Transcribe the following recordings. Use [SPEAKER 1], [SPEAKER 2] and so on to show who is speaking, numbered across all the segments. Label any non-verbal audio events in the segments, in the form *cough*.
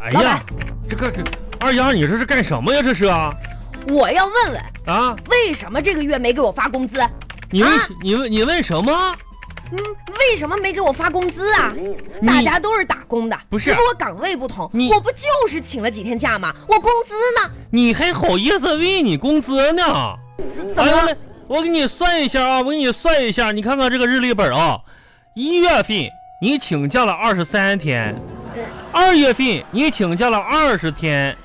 [SPEAKER 1] 哎
[SPEAKER 2] 老
[SPEAKER 1] 呀
[SPEAKER 2] 板，
[SPEAKER 1] 这个这二丫，你这是干什么呀？这是啊
[SPEAKER 2] 我要问问，
[SPEAKER 1] 啊！
[SPEAKER 2] 为什么这个月没给我发工资？
[SPEAKER 1] 你为、
[SPEAKER 2] 啊
[SPEAKER 1] 你为你为什么？
[SPEAKER 2] 嗯，为什么没给我发工资啊？
[SPEAKER 1] 嗯你
[SPEAKER 2] 大家都是打工的，
[SPEAKER 1] 不是
[SPEAKER 2] 只不过岗位不同
[SPEAKER 1] 你。
[SPEAKER 2] 我不就是请了几天假吗？我工资呢？
[SPEAKER 1] 你还好意思问你工资呢？
[SPEAKER 2] 怎么
[SPEAKER 1] 哎
[SPEAKER 2] 了？
[SPEAKER 1] 我来我给你算一下啊，我给你算一下，你看看这个日历本啊，一月份你请假了二十三天，
[SPEAKER 2] 嗯
[SPEAKER 1] 二月份你请假了二十天，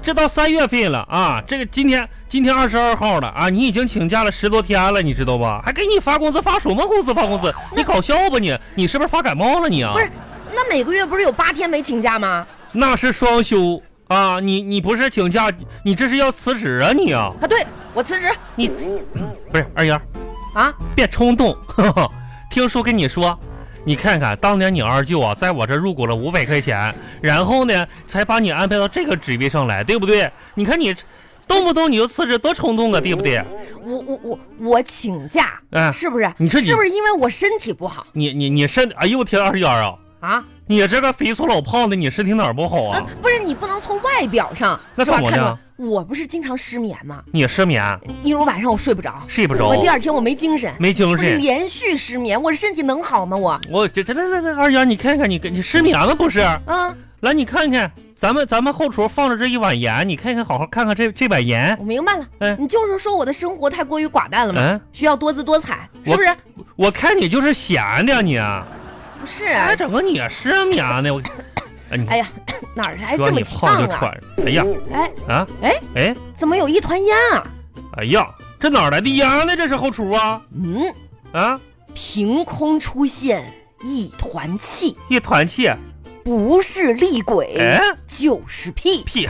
[SPEAKER 1] 这到三月份了啊，这个今天今天二十二号了啊，你已经请假了十多天了，你知道吧？还给你发工资，发什么工资？发工资？你搞笑吧你？你是不是发感冒了你啊？
[SPEAKER 2] 不是，那每个月不是有八天没请假吗？
[SPEAKER 1] 那是双休啊，你你不是请假，你这是要辞职啊你啊？
[SPEAKER 2] 啊，对我辞职
[SPEAKER 1] 你
[SPEAKER 2] 嗯
[SPEAKER 1] 不是二丫，
[SPEAKER 2] 啊！
[SPEAKER 1] 别冲动。 *laughs* 呵呵听叔跟你说，你看看当年你二舅啊，在我这入股了五百块钱，然后呢，才把你安排到这个职位上来，对不对？你看你动不动你就辞职，多冲动啊，对不对？
[SPEAKER 2] 我我我我请假，
[SPEAKER 1] 哎
[SPEAKER 2] 是不是？
[SPEAKER 1] 你说你
[SPEAKER 2] 是不是因为我身体不好
[SPEAKER 1] 你你你身，哎呦我天，二丫啊，
[SPEAKER 2] 啊？
[SPEAKER 1] 你这个肥粗老胖的，你身体哪儿不好
[SPEAKER 2] 啊
[SPEAKER 1] 啊？，
[SPEAKER 2] 不是，你不能从外表上
[SPEAKER 1] 那
[SPEAKER 2] 是吧
[SPEAKER 1] 怎么
[SPEAKER 2] 看出
[SPEAKER 1] 的
[SPEAKER 2] 来？我不是经常失眠吗？
[SPEAKER 1] 你失眠，
[SPEAKER 2] 一如晚上我睡不着，
[SPEAKER 1] 睡不
[SPEAKER 2] 我
[SPEAKER 1] 着，
[SPEAKER 2] 第二天我没精神，
[SPEAKER 1] 没精
[SPEAKER 2] 我
[SPEAKER 1] 神。
[SPEAKER 2] 连续失眠，我身体能好吗？我，
[SPEAKER 1] 我这这这这这二丫，你看看你你失眠了不是？
[SPEAKER 2] 嗯，
[SPEAKER 1] 来，你看看咱们咱们后厨放着这一碗盐，你看看好好看看这这碗盐，
[SPEAKER 2] 我明白了，
[SPEAKER 1] 哎
[SPEAKER 2] 你就是说我的生活太过于寡淡了吗？
[SPEAKER 1] 嗯。
[SPEAKER 2] 需要多姿多彩，
[SPEAKER 1] 我
[SPEAKER 2] 是不是？
[SPEAKER 1] 我看你就是闲的你，
[SPEAKER 2] 不是，
[SPEAKER 1] 还整个你啊失眠
[SPEAKER 2] *coughs*
[SPEAKER 1] 呢。我，哎你
[SPEAKER 2] 哎呀，哪儿来
[SPEAKER 1] 说
[SPEAKER 2] 这么
[SPEAKER 1] 你胖
[SPEAKER 2] 呛
[SPEAKER 1] 就
[SPEAKER 2] 啊？
[SPEAKER 1] 喘，哎呀
[SPEAKER 2] 哎，
[SPEAKER 1] 啊，
[SPEAKER 2] 哎
[SPEAKER 1] 哎
[SPEAKER 2] 怎么有一团烟啊？
[SPEAKER 1] 哎呀，这哪儿来的烟呢？这是后厨啊
[SPEAKER 2] 嗯，
[SPEAKER 1] 啊，
[SPEAKER 2] 凭空出现一团气，
[SPEAKER 1] 一团
[SPEAKER 2] 哎
[SPEAKER 1] 气，
[SPEAKER 2] 不是厉鬼，
[SPEAKER 1] 哎
[SPEAKER 2] 就是屁。
[SPEAKER 1] 屁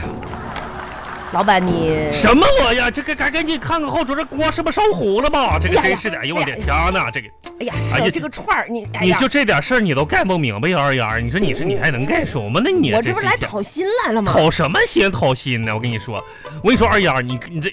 [SPEAKER 2] 老板你，
[SPEAKER 1] 什么我呀？这个赶赶紧看看后厨这锅是不是烧糊了吧？这个
[SPEAKER 2] 哎呀
[SPEAKER 1] 真是的，哎呦我的
[SPEAKER 2] 哎呀
[SPEAKER 1] 天呐，这个
[SPEAKER 2] 哎呀，
[SPEAKER 1] 哎
[SPEAKER 2] 是
[SPEAKER 1] 呀
[SPEAKER 2] 有这个串儿，你，哎
[SPEAKER 1] 你
[SPEAKER 2] 呀
[SPEAKER 1] 就，这点事儿你都干不明白，二丫，你说你是你还能干什么呢？你
[SPEAKER 2] 我这不是
[SPEAKER 1] 真是
[SPEAKER 2] 来
[SPEAKER 1] 的
[SPEAKER 2] 讨薪来了吗？
[SPEAKER 1] 讨什么心讨心呢？我跟你说，我跟你说，二丫，你你这，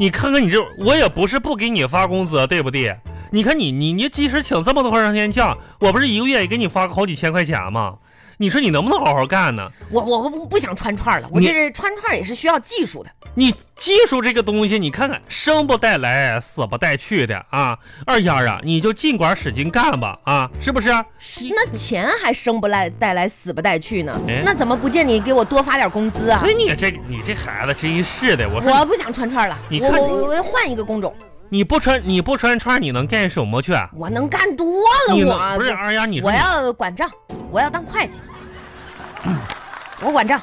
[SPEAKER 1] 你看看你这，我也不是不给你发工资，对不对？你看你你你，即使请这么多长时间假，我不是一个月也给你发个好几千块钱吗？你说你能不能好好干呢？
[SPEAKER 2] 我我我不不想穿串儿了，我
[SPEAKER 1] 你
[SPEAKER 2] 这是穿串儿也是需要技术的。
[SPEAKER 1] 你技术这个东西，你看看生不带来，死不带去的啊！二丫啊，你就尽管使劲干吧啊，是不是？你
[SPEAKER 2] 那钱还生不来带来死不带去呢
[SPEAKER 1] 哎，
[SPEAKER 2] 那怎么不见你给我多发点工资啊
[SPEAKER 1] 所？以你这你这孩子真是的，我说
[SPEAKER 2] 我不想穿串了，
[SPEAKER 1] 你
[SPEAKER 2] 我
[SPEAKER 1] 看
[SPEAKER 2] 我我我换一个工种，
[SPEAKER 1] 你不穿你不穿串，你能干什么去？
[SPEAKER 2] 我能干多了
[SPEAKER 1] 你能
[SPEAKER 2] 我
[SPEAKER 1] 不是二丫，你说
[SPEAKER 2] 我
[SPEAKER 1] 你
[SPEAKER 2] 要管账，我要当会计，我管账。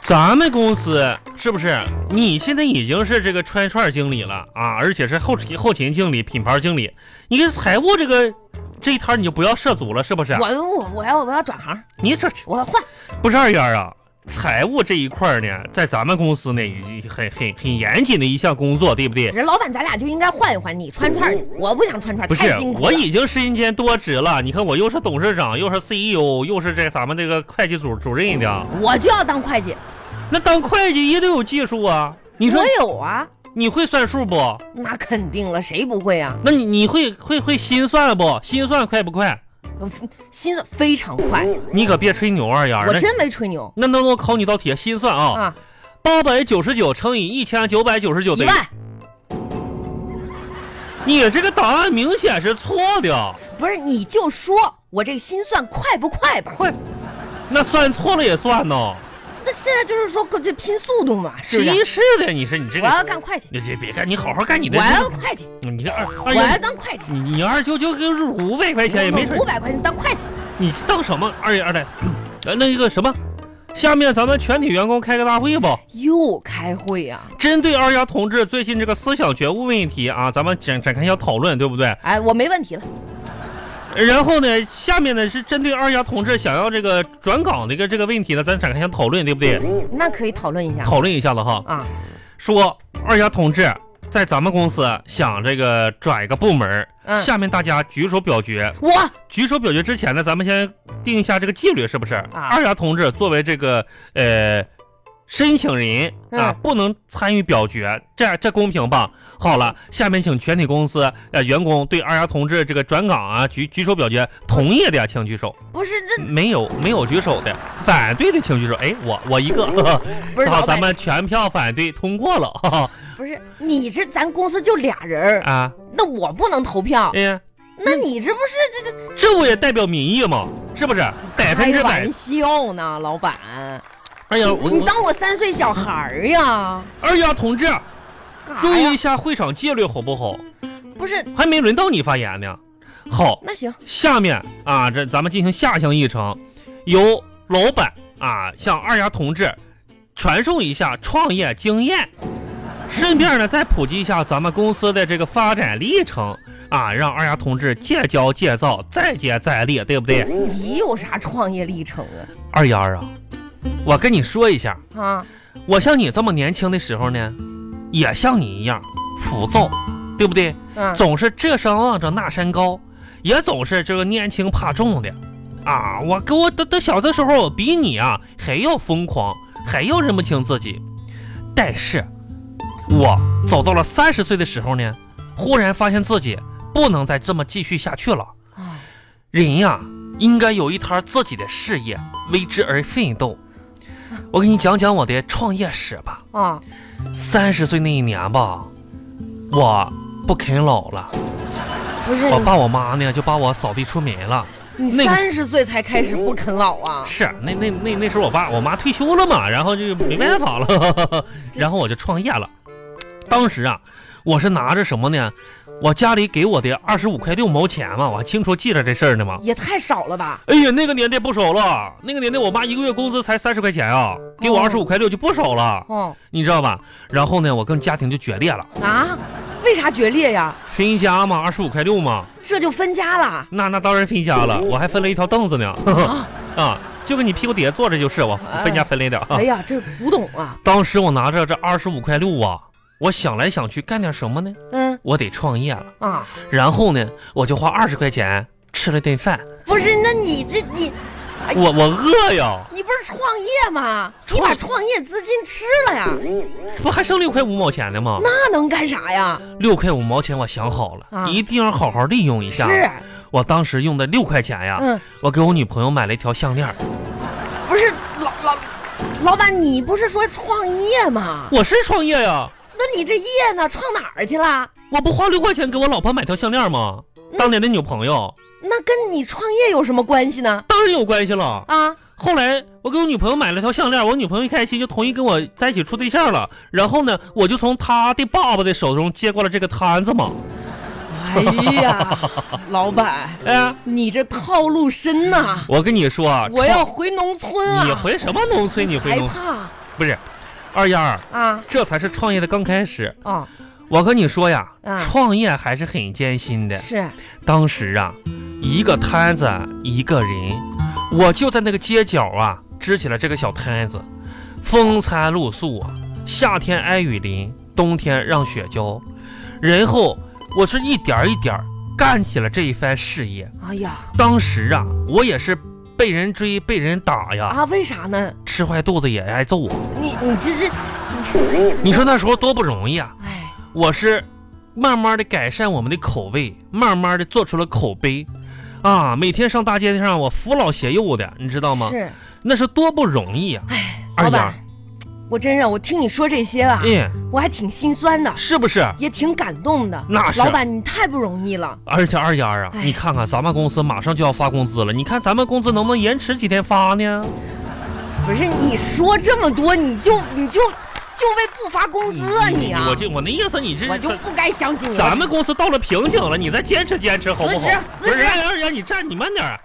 [SPEAKER 1] 咱们公司是不是？你现在已经是这个串串经理了啊，而且是后勤后勤经理、品牌经理，你这财务这个这一摊你就不要涉足了，是不是？
[SPEAKER 2] 我我我要我要转行，
[SPEAKER 1] 你这
[SPEAKER 2] 我要换。
[SPEAKER 1] 不是二丫啊，财务这一块儿呢，在咱们公司呢，已经很很很严谨的一项工作，对不对？
[SPEAKER 2] 人老板，咱俩就应该换一换，你穿串去，我不想穿串，
[SPEAKER 1] 不是
[SPEAKER 2] 太辛，苦了。
[SPEAKER 1] 我已经身兼多职了。你看，我又是董事长，又是 CEO，又是这咱们这个会计组主任的。
[SPEAKER 2] 我就要当会计，
[SPEAKER 1] 那当会计也得有技术啊。你说
[SPEAKER 2] 我有啊，
[SPEAKER 1] 你会算数不？
[SPEAKER 2] 那肯定了，谁不会啊？ *laughs*
[SPEAKER 1] 那你你会会会心算不？心算快不快？
[SPEAKER 2] 心算非常快，
[SPEAKER 1] 你可别吹牛二丫，
[SPEAKER 2] 我
[SPEAKER 1] 那
[SPEAKER 2] 真没吹牛
[SPEAKER 1] 那那我考你道题，心算啊，
[SPEAKER 2] 啊，
[SPEAKER 1] 八百九十九乘以一千九百九十九
[SPEAKER 2] 一
[SPEAKER 1] 等于，
[SPEAKER 2] 万
[SPEAKER 1] 你这个答案明显是错的，
[SPEAKER 2] 不是你就说我这个心算快不快吧？
[SPEAKER 1] 快，那算错了也算呢，
[SPEAKER 2] 那现在就是说这拼速度嘛，是不
[SPEAKER 1] 真
[SPEAKER 2] 是？
[SPEAKER 1] 是的，你说你这
[SPEAKER 2] 我
[SPEAKER 1] 个，
[SPEAKER 2] 要干会计，
[SPEAKER 1] 你别别干，你好好干你
[SPEAKER 2] 我
[SPEAKER 1] 的，
[SPEAKER 2] 要会计，
[SPEAKER 1] 你这二
[SPEAKER 2] 我
[SPEAKER 1] 二
[SPEAKER 2] 要
[SPEAKER 1] 丫，
[SPEAKER 2] 当会计，
[SPEAKER 1] 你你二舅就给五百块钱也没事
[SPEAKER 2] 五，百块钱当会计，
[SPEAKER 1] 你当什么二丫的？呃，那个什么，下面咱们全体员工开个大会吧。
[SPEAKER 2] 又开会啊呀、
[SPEAKER 1] 针对二丫同志最近这个思想觉悟问题啊，咱们展展开一下讨论，对不对？
[SPEAKER 2] 哎，我没问题了，
[SPEAKER 1] 然后呢，下面呢是针对二丫同志想要这个转岗的一个这个问题呢，咱展开一下讨论，对不对？
[SPEAKER 2] 那可以讨论一下
[SPEAKER 1] 讨论一下子哈，
[SPEAKER 2] 啊。
[SPEAKER 1] 说二丫同志在咱们公司想这个转一个部门儿，
[SPEAKER 2] 嗯
[SPEAKER 1] 下面大家举手表决。
[SPEAKER 2] 我
[SPEAKER 1] 举手表决之
[SPEAKER 2] 啊
[SPEAKER 1] 前呢，咱们先定一下这个纪律，是不是？二丫同志作为这个呃申请人啊
[SPEAKER 2] 嗯
[SPEAKER 1] 不能参与表决，这这公平吧？好了，下面请全体公司呃员工对二丫同志这个转岗啊举举手表决，同意的请举手，
[SPEAKER 2] 不是这
[SPEAKER 1] 没有没有举手的，反对的请举手。哎，我我一个，呵呵
[SPEAKER 2] 不是
[SPEAKER 1] 嗯好，
[SPEAKER 2] 老板
[SPEAKER 1] 咱们全票反对通过了，哈哈
[SPEAKER 2] 不是你这咱公司就俩人儿，
[SPEAKER 1] 啊，
[SPEAKER 2] 那我不能投票，
[SPEAKER 1] 哎呀，
[SPEAKER 2] 那你这不是这这
[SPEAKER 1] 这不也代表民意吗？是不是？百分之
[SPEAKER 2] 开
[SPEAKER 1] 百
[SPEAKER 2] 玩。笑呢，老板，
[SPEAKER 1] 哎呀，我
[SPEAKER 2] 你当我三岁小孩儿呀？
[SPEAKER 1] 二丫同志，
[SPEAKER 2] 干
[SPEAKER 1] 注
[SPEAKER 2] 啥
[SPEAKER 1] 意一
[SPEAKER 2] 呀？
[SPEAKER 1] 下会场纪律好不好？
[SPEAKER 2] 不是，
[SPEAKER 1] 还没轮到你发言呢。好，
[SPEAKER 2] 那行，
[SPEAKER 1] 下面啊，这咱们进行下项议程，由老板啊向二丫同志传授一下创业经验，顺便呢再普及一下咱们公司的这个发展历程啊，让二丫同志戒骄戒躁，再接再厉，对不对？
[SPEAKER 2] 你有啥创业历程
[SPEAKER 1] 二丫啊，我跟你说一下，
[SPEAKER 2] 啊？啊，
[SPEAKER 1] 我像你这么年轻的时候呢，也像你一样浮躁，对不对？
[SPEAKER 2] 嗯，
[SPEAKER 1] 总是这山望着那山高，也总是这个年轻怕重的啊！我跟我的的小的时候，我比你啊还要疯狂，还要认不清自己。但是，我走到了三十岁的时候呢，忽然发现自己不能再这么继续下去了。
[SPEAKER 2] 哎
[SPEAKER 1] 人呀，应该有一摊自己的事业，为之而奋斗。我给你讲讲我的创业史吧。
[SPEAKER 2] 啊，
[SPEAKER 1] 三十岁那一年吧，我不啃老了。
[SPEAKER 2] 不是
[SPEAKER 1] 我哦爸我妈呢就把我扫地出门了。
[SPEAKER 2] 你
[SPEAKER 1] 那个
[SPEAKER 2] 三十岁才开始不啃老啊？
[SPEAKER 1] 是那那那那时候我爸我妈退休了嘛，然后就没办法了，然后我就创业了。当时啊，我是拿着什么呢？我家里给我的二十五块六毛钱嘛，我还清楚记着这事儿呢嘛。
[SPEAKER 2] 也太少了吧？
[SPEAKER 1] 哎呀，那个年代不少了，那个年代我妈一个月工资才三十块钱啊，给我
[SPEAKER 2] 哦
[SPEAKER 1] 二十五块六就不少了，
[SPEAKER 2] 哦
[SPEAKER 1] 你知道吧？然后呢，我跟家庭就决裂了，
[SPEAKER 2] 啊，为啥决裂呀？
[SPEAKER 1] 分家嘛，二十五块六嘛，
[SPEAKER 2] 这就分家了
[SPEAKER 1] 那那当然分家
[SPEAKER 2] *laughs*
[SPEAKER 1] 了，我还分了一条凳子呢。呵呵
[SPEAKER 2] 啊？
[SPEAKER 1] *laughs* 啊，就跟你屁股底下坐着就是，我分家分了一点啊
[SPEAKER 2] 哎。呀，这古董啊，
[SPEAKER 1] 当时我拿着这二十五块六啊，我想来想去干点什么呢？
[SPEAKER 2] 嗯
[SPEAKER 1] 我得创业了。
[SPEAKER 2] 啊，
[SPEAKER 1] 然后呢，我就花二十块钱吃了顿饭。
[SPEAKER 2] 不是，那你这你哎
[SPEAKER 1] 我我饿呀，
[SPEAKER 2] 你不是创业吗？你
[SPEAKER 1] 创
[SPEAKER 2] 把创业资金吃了呀？
[SPEAKER 1] 不还剩六块五毛钱呢吗？
[SPEAKER 2] 那能干啥呀？
[SPEAKER 1] 六块五毛钱我想好
[SPEAKER 2] 啊
[SPEAKER 1] 了，一定要好好利用一下。
[SPEAKER 2] 是，
[SPEAKER 1] 我当时用的六块钱呀，
[SPEAKER 2] 嗯，
[SPEAKER 1] 我给我女朋友买了一条项链。
[SPEAKER 2] 不是老老老板，你不是说创业吗？
[SPEAKER 1] 我是创业呀，
[SPEAKER 2] 那你这业呢？创哪儿去了？
[SPEAKER 1] 我不花六块钱给我老婆买条项链吗？当年的女朋友
[SPEAKER 2] 那跟你创业有什么关系呢？
[SPEAKER 1] 当然有关系了。
[SPEAKER 2] 啊，
[SPEAKER 1] 后来我给我女朋友买了条项链，我女朋友一开心就同意跟我在一起处对象了。然后呢，我就从她的爸爸的手中接过了这个摊子嘛。
[SPEAKER 2] 哎呀， *laughs* 老板，
[SPEAKER 1] 哎，
[SPEAKER 2] 你这套路深呐、
[SPEAKER 1] 我跟你说啊，
[SPEAKER 2] 我要回农村啊！
[SPEAKER 1] 你回什么农村？你回
[SPEAKER 2] 害
[SPEAKER 1] 农
[SPEAKER 2] 怕
[SPEAKER 1] 不是二丫儿，
[SPEAKER 2] 啊
[SPEAKER 1] 这才是创业的刚开始。
[SPEAKER 2] 啊、
[SPEAKER 1] 我跟你说呀，
[SPEAKER 2] 嗯
[SPEAKER 1] 创业还是很艰辛的。
[SPEAKER 2] 是哎
[SPEAKER 1] 当时啊，一个摊子一个人，我就在那个街角啊支起了这个小摊子，风餐露宿啊，夏天挨雨淋，冬天让雪浇，然后我是一点儿一点儿干起了这一番事业。
[SPEAKER 2] 哎呀
[SPEAKER 1] 当时啊，我也是被人追，被人打呀，
[SPEAKER 2] 啊，为啥呢？
[SPEAKER 1] 吃坏肚子也挨揍啊。
[SPEAKER 2] 你你这是，哦
[SPEAKER 1] 你说那时候多不容易啊！
[SPEAKER 2] 哎，
[SPEAKER 1] 我是慢慢的改善我们的口味，慢慢的做出了口碑，啊，每天上大街上我扶老携幼的，你知道吗？
[SPEAKER 2] 是
[SPEAKER 1] 那是多不容易啊！
[SPEAKER 2] 哎，
[SPEAKER 1] 二
[SPEAKER 2] 老
[SPEAKER 1] 丫
[SPEAKER 2] 板，我真是我听你说这些吧，
[SPEAKER 1] 嗯，
[SPEAKER 2] 我还挺心酸的，
[SPEAKER 1] 是不是？
[SPEAKER 2] 也挺感动的。
[SPEAKER 1] 那是
[SPEAKER 2] 老。板，你太不容易了。
[SPEAKER 1] 而且二丫啊，
[SPEAKER 2] 哎
[SPEAKER 1] 你看看咱们公司马上就要发工资了，你看咱们工资能不能延迟几天发呢？
[SPEAKER 2] 不是你说这么多，你就你就就为不发工资啊你啊！
[SPEAKER 1] 我就我那意思，你这
[SPEAKER 2] 我就不该相信你。
[SPEAKER 1] 咱们公司到了瓶颈了，你再坚持坚持好不好
[SPEAKER 2] 辞职？
[SPEAKER 1] 不是，
[SPEAKER 2] 辞职
[SPEAKER 1] 二丫，你站你慢点儿，啊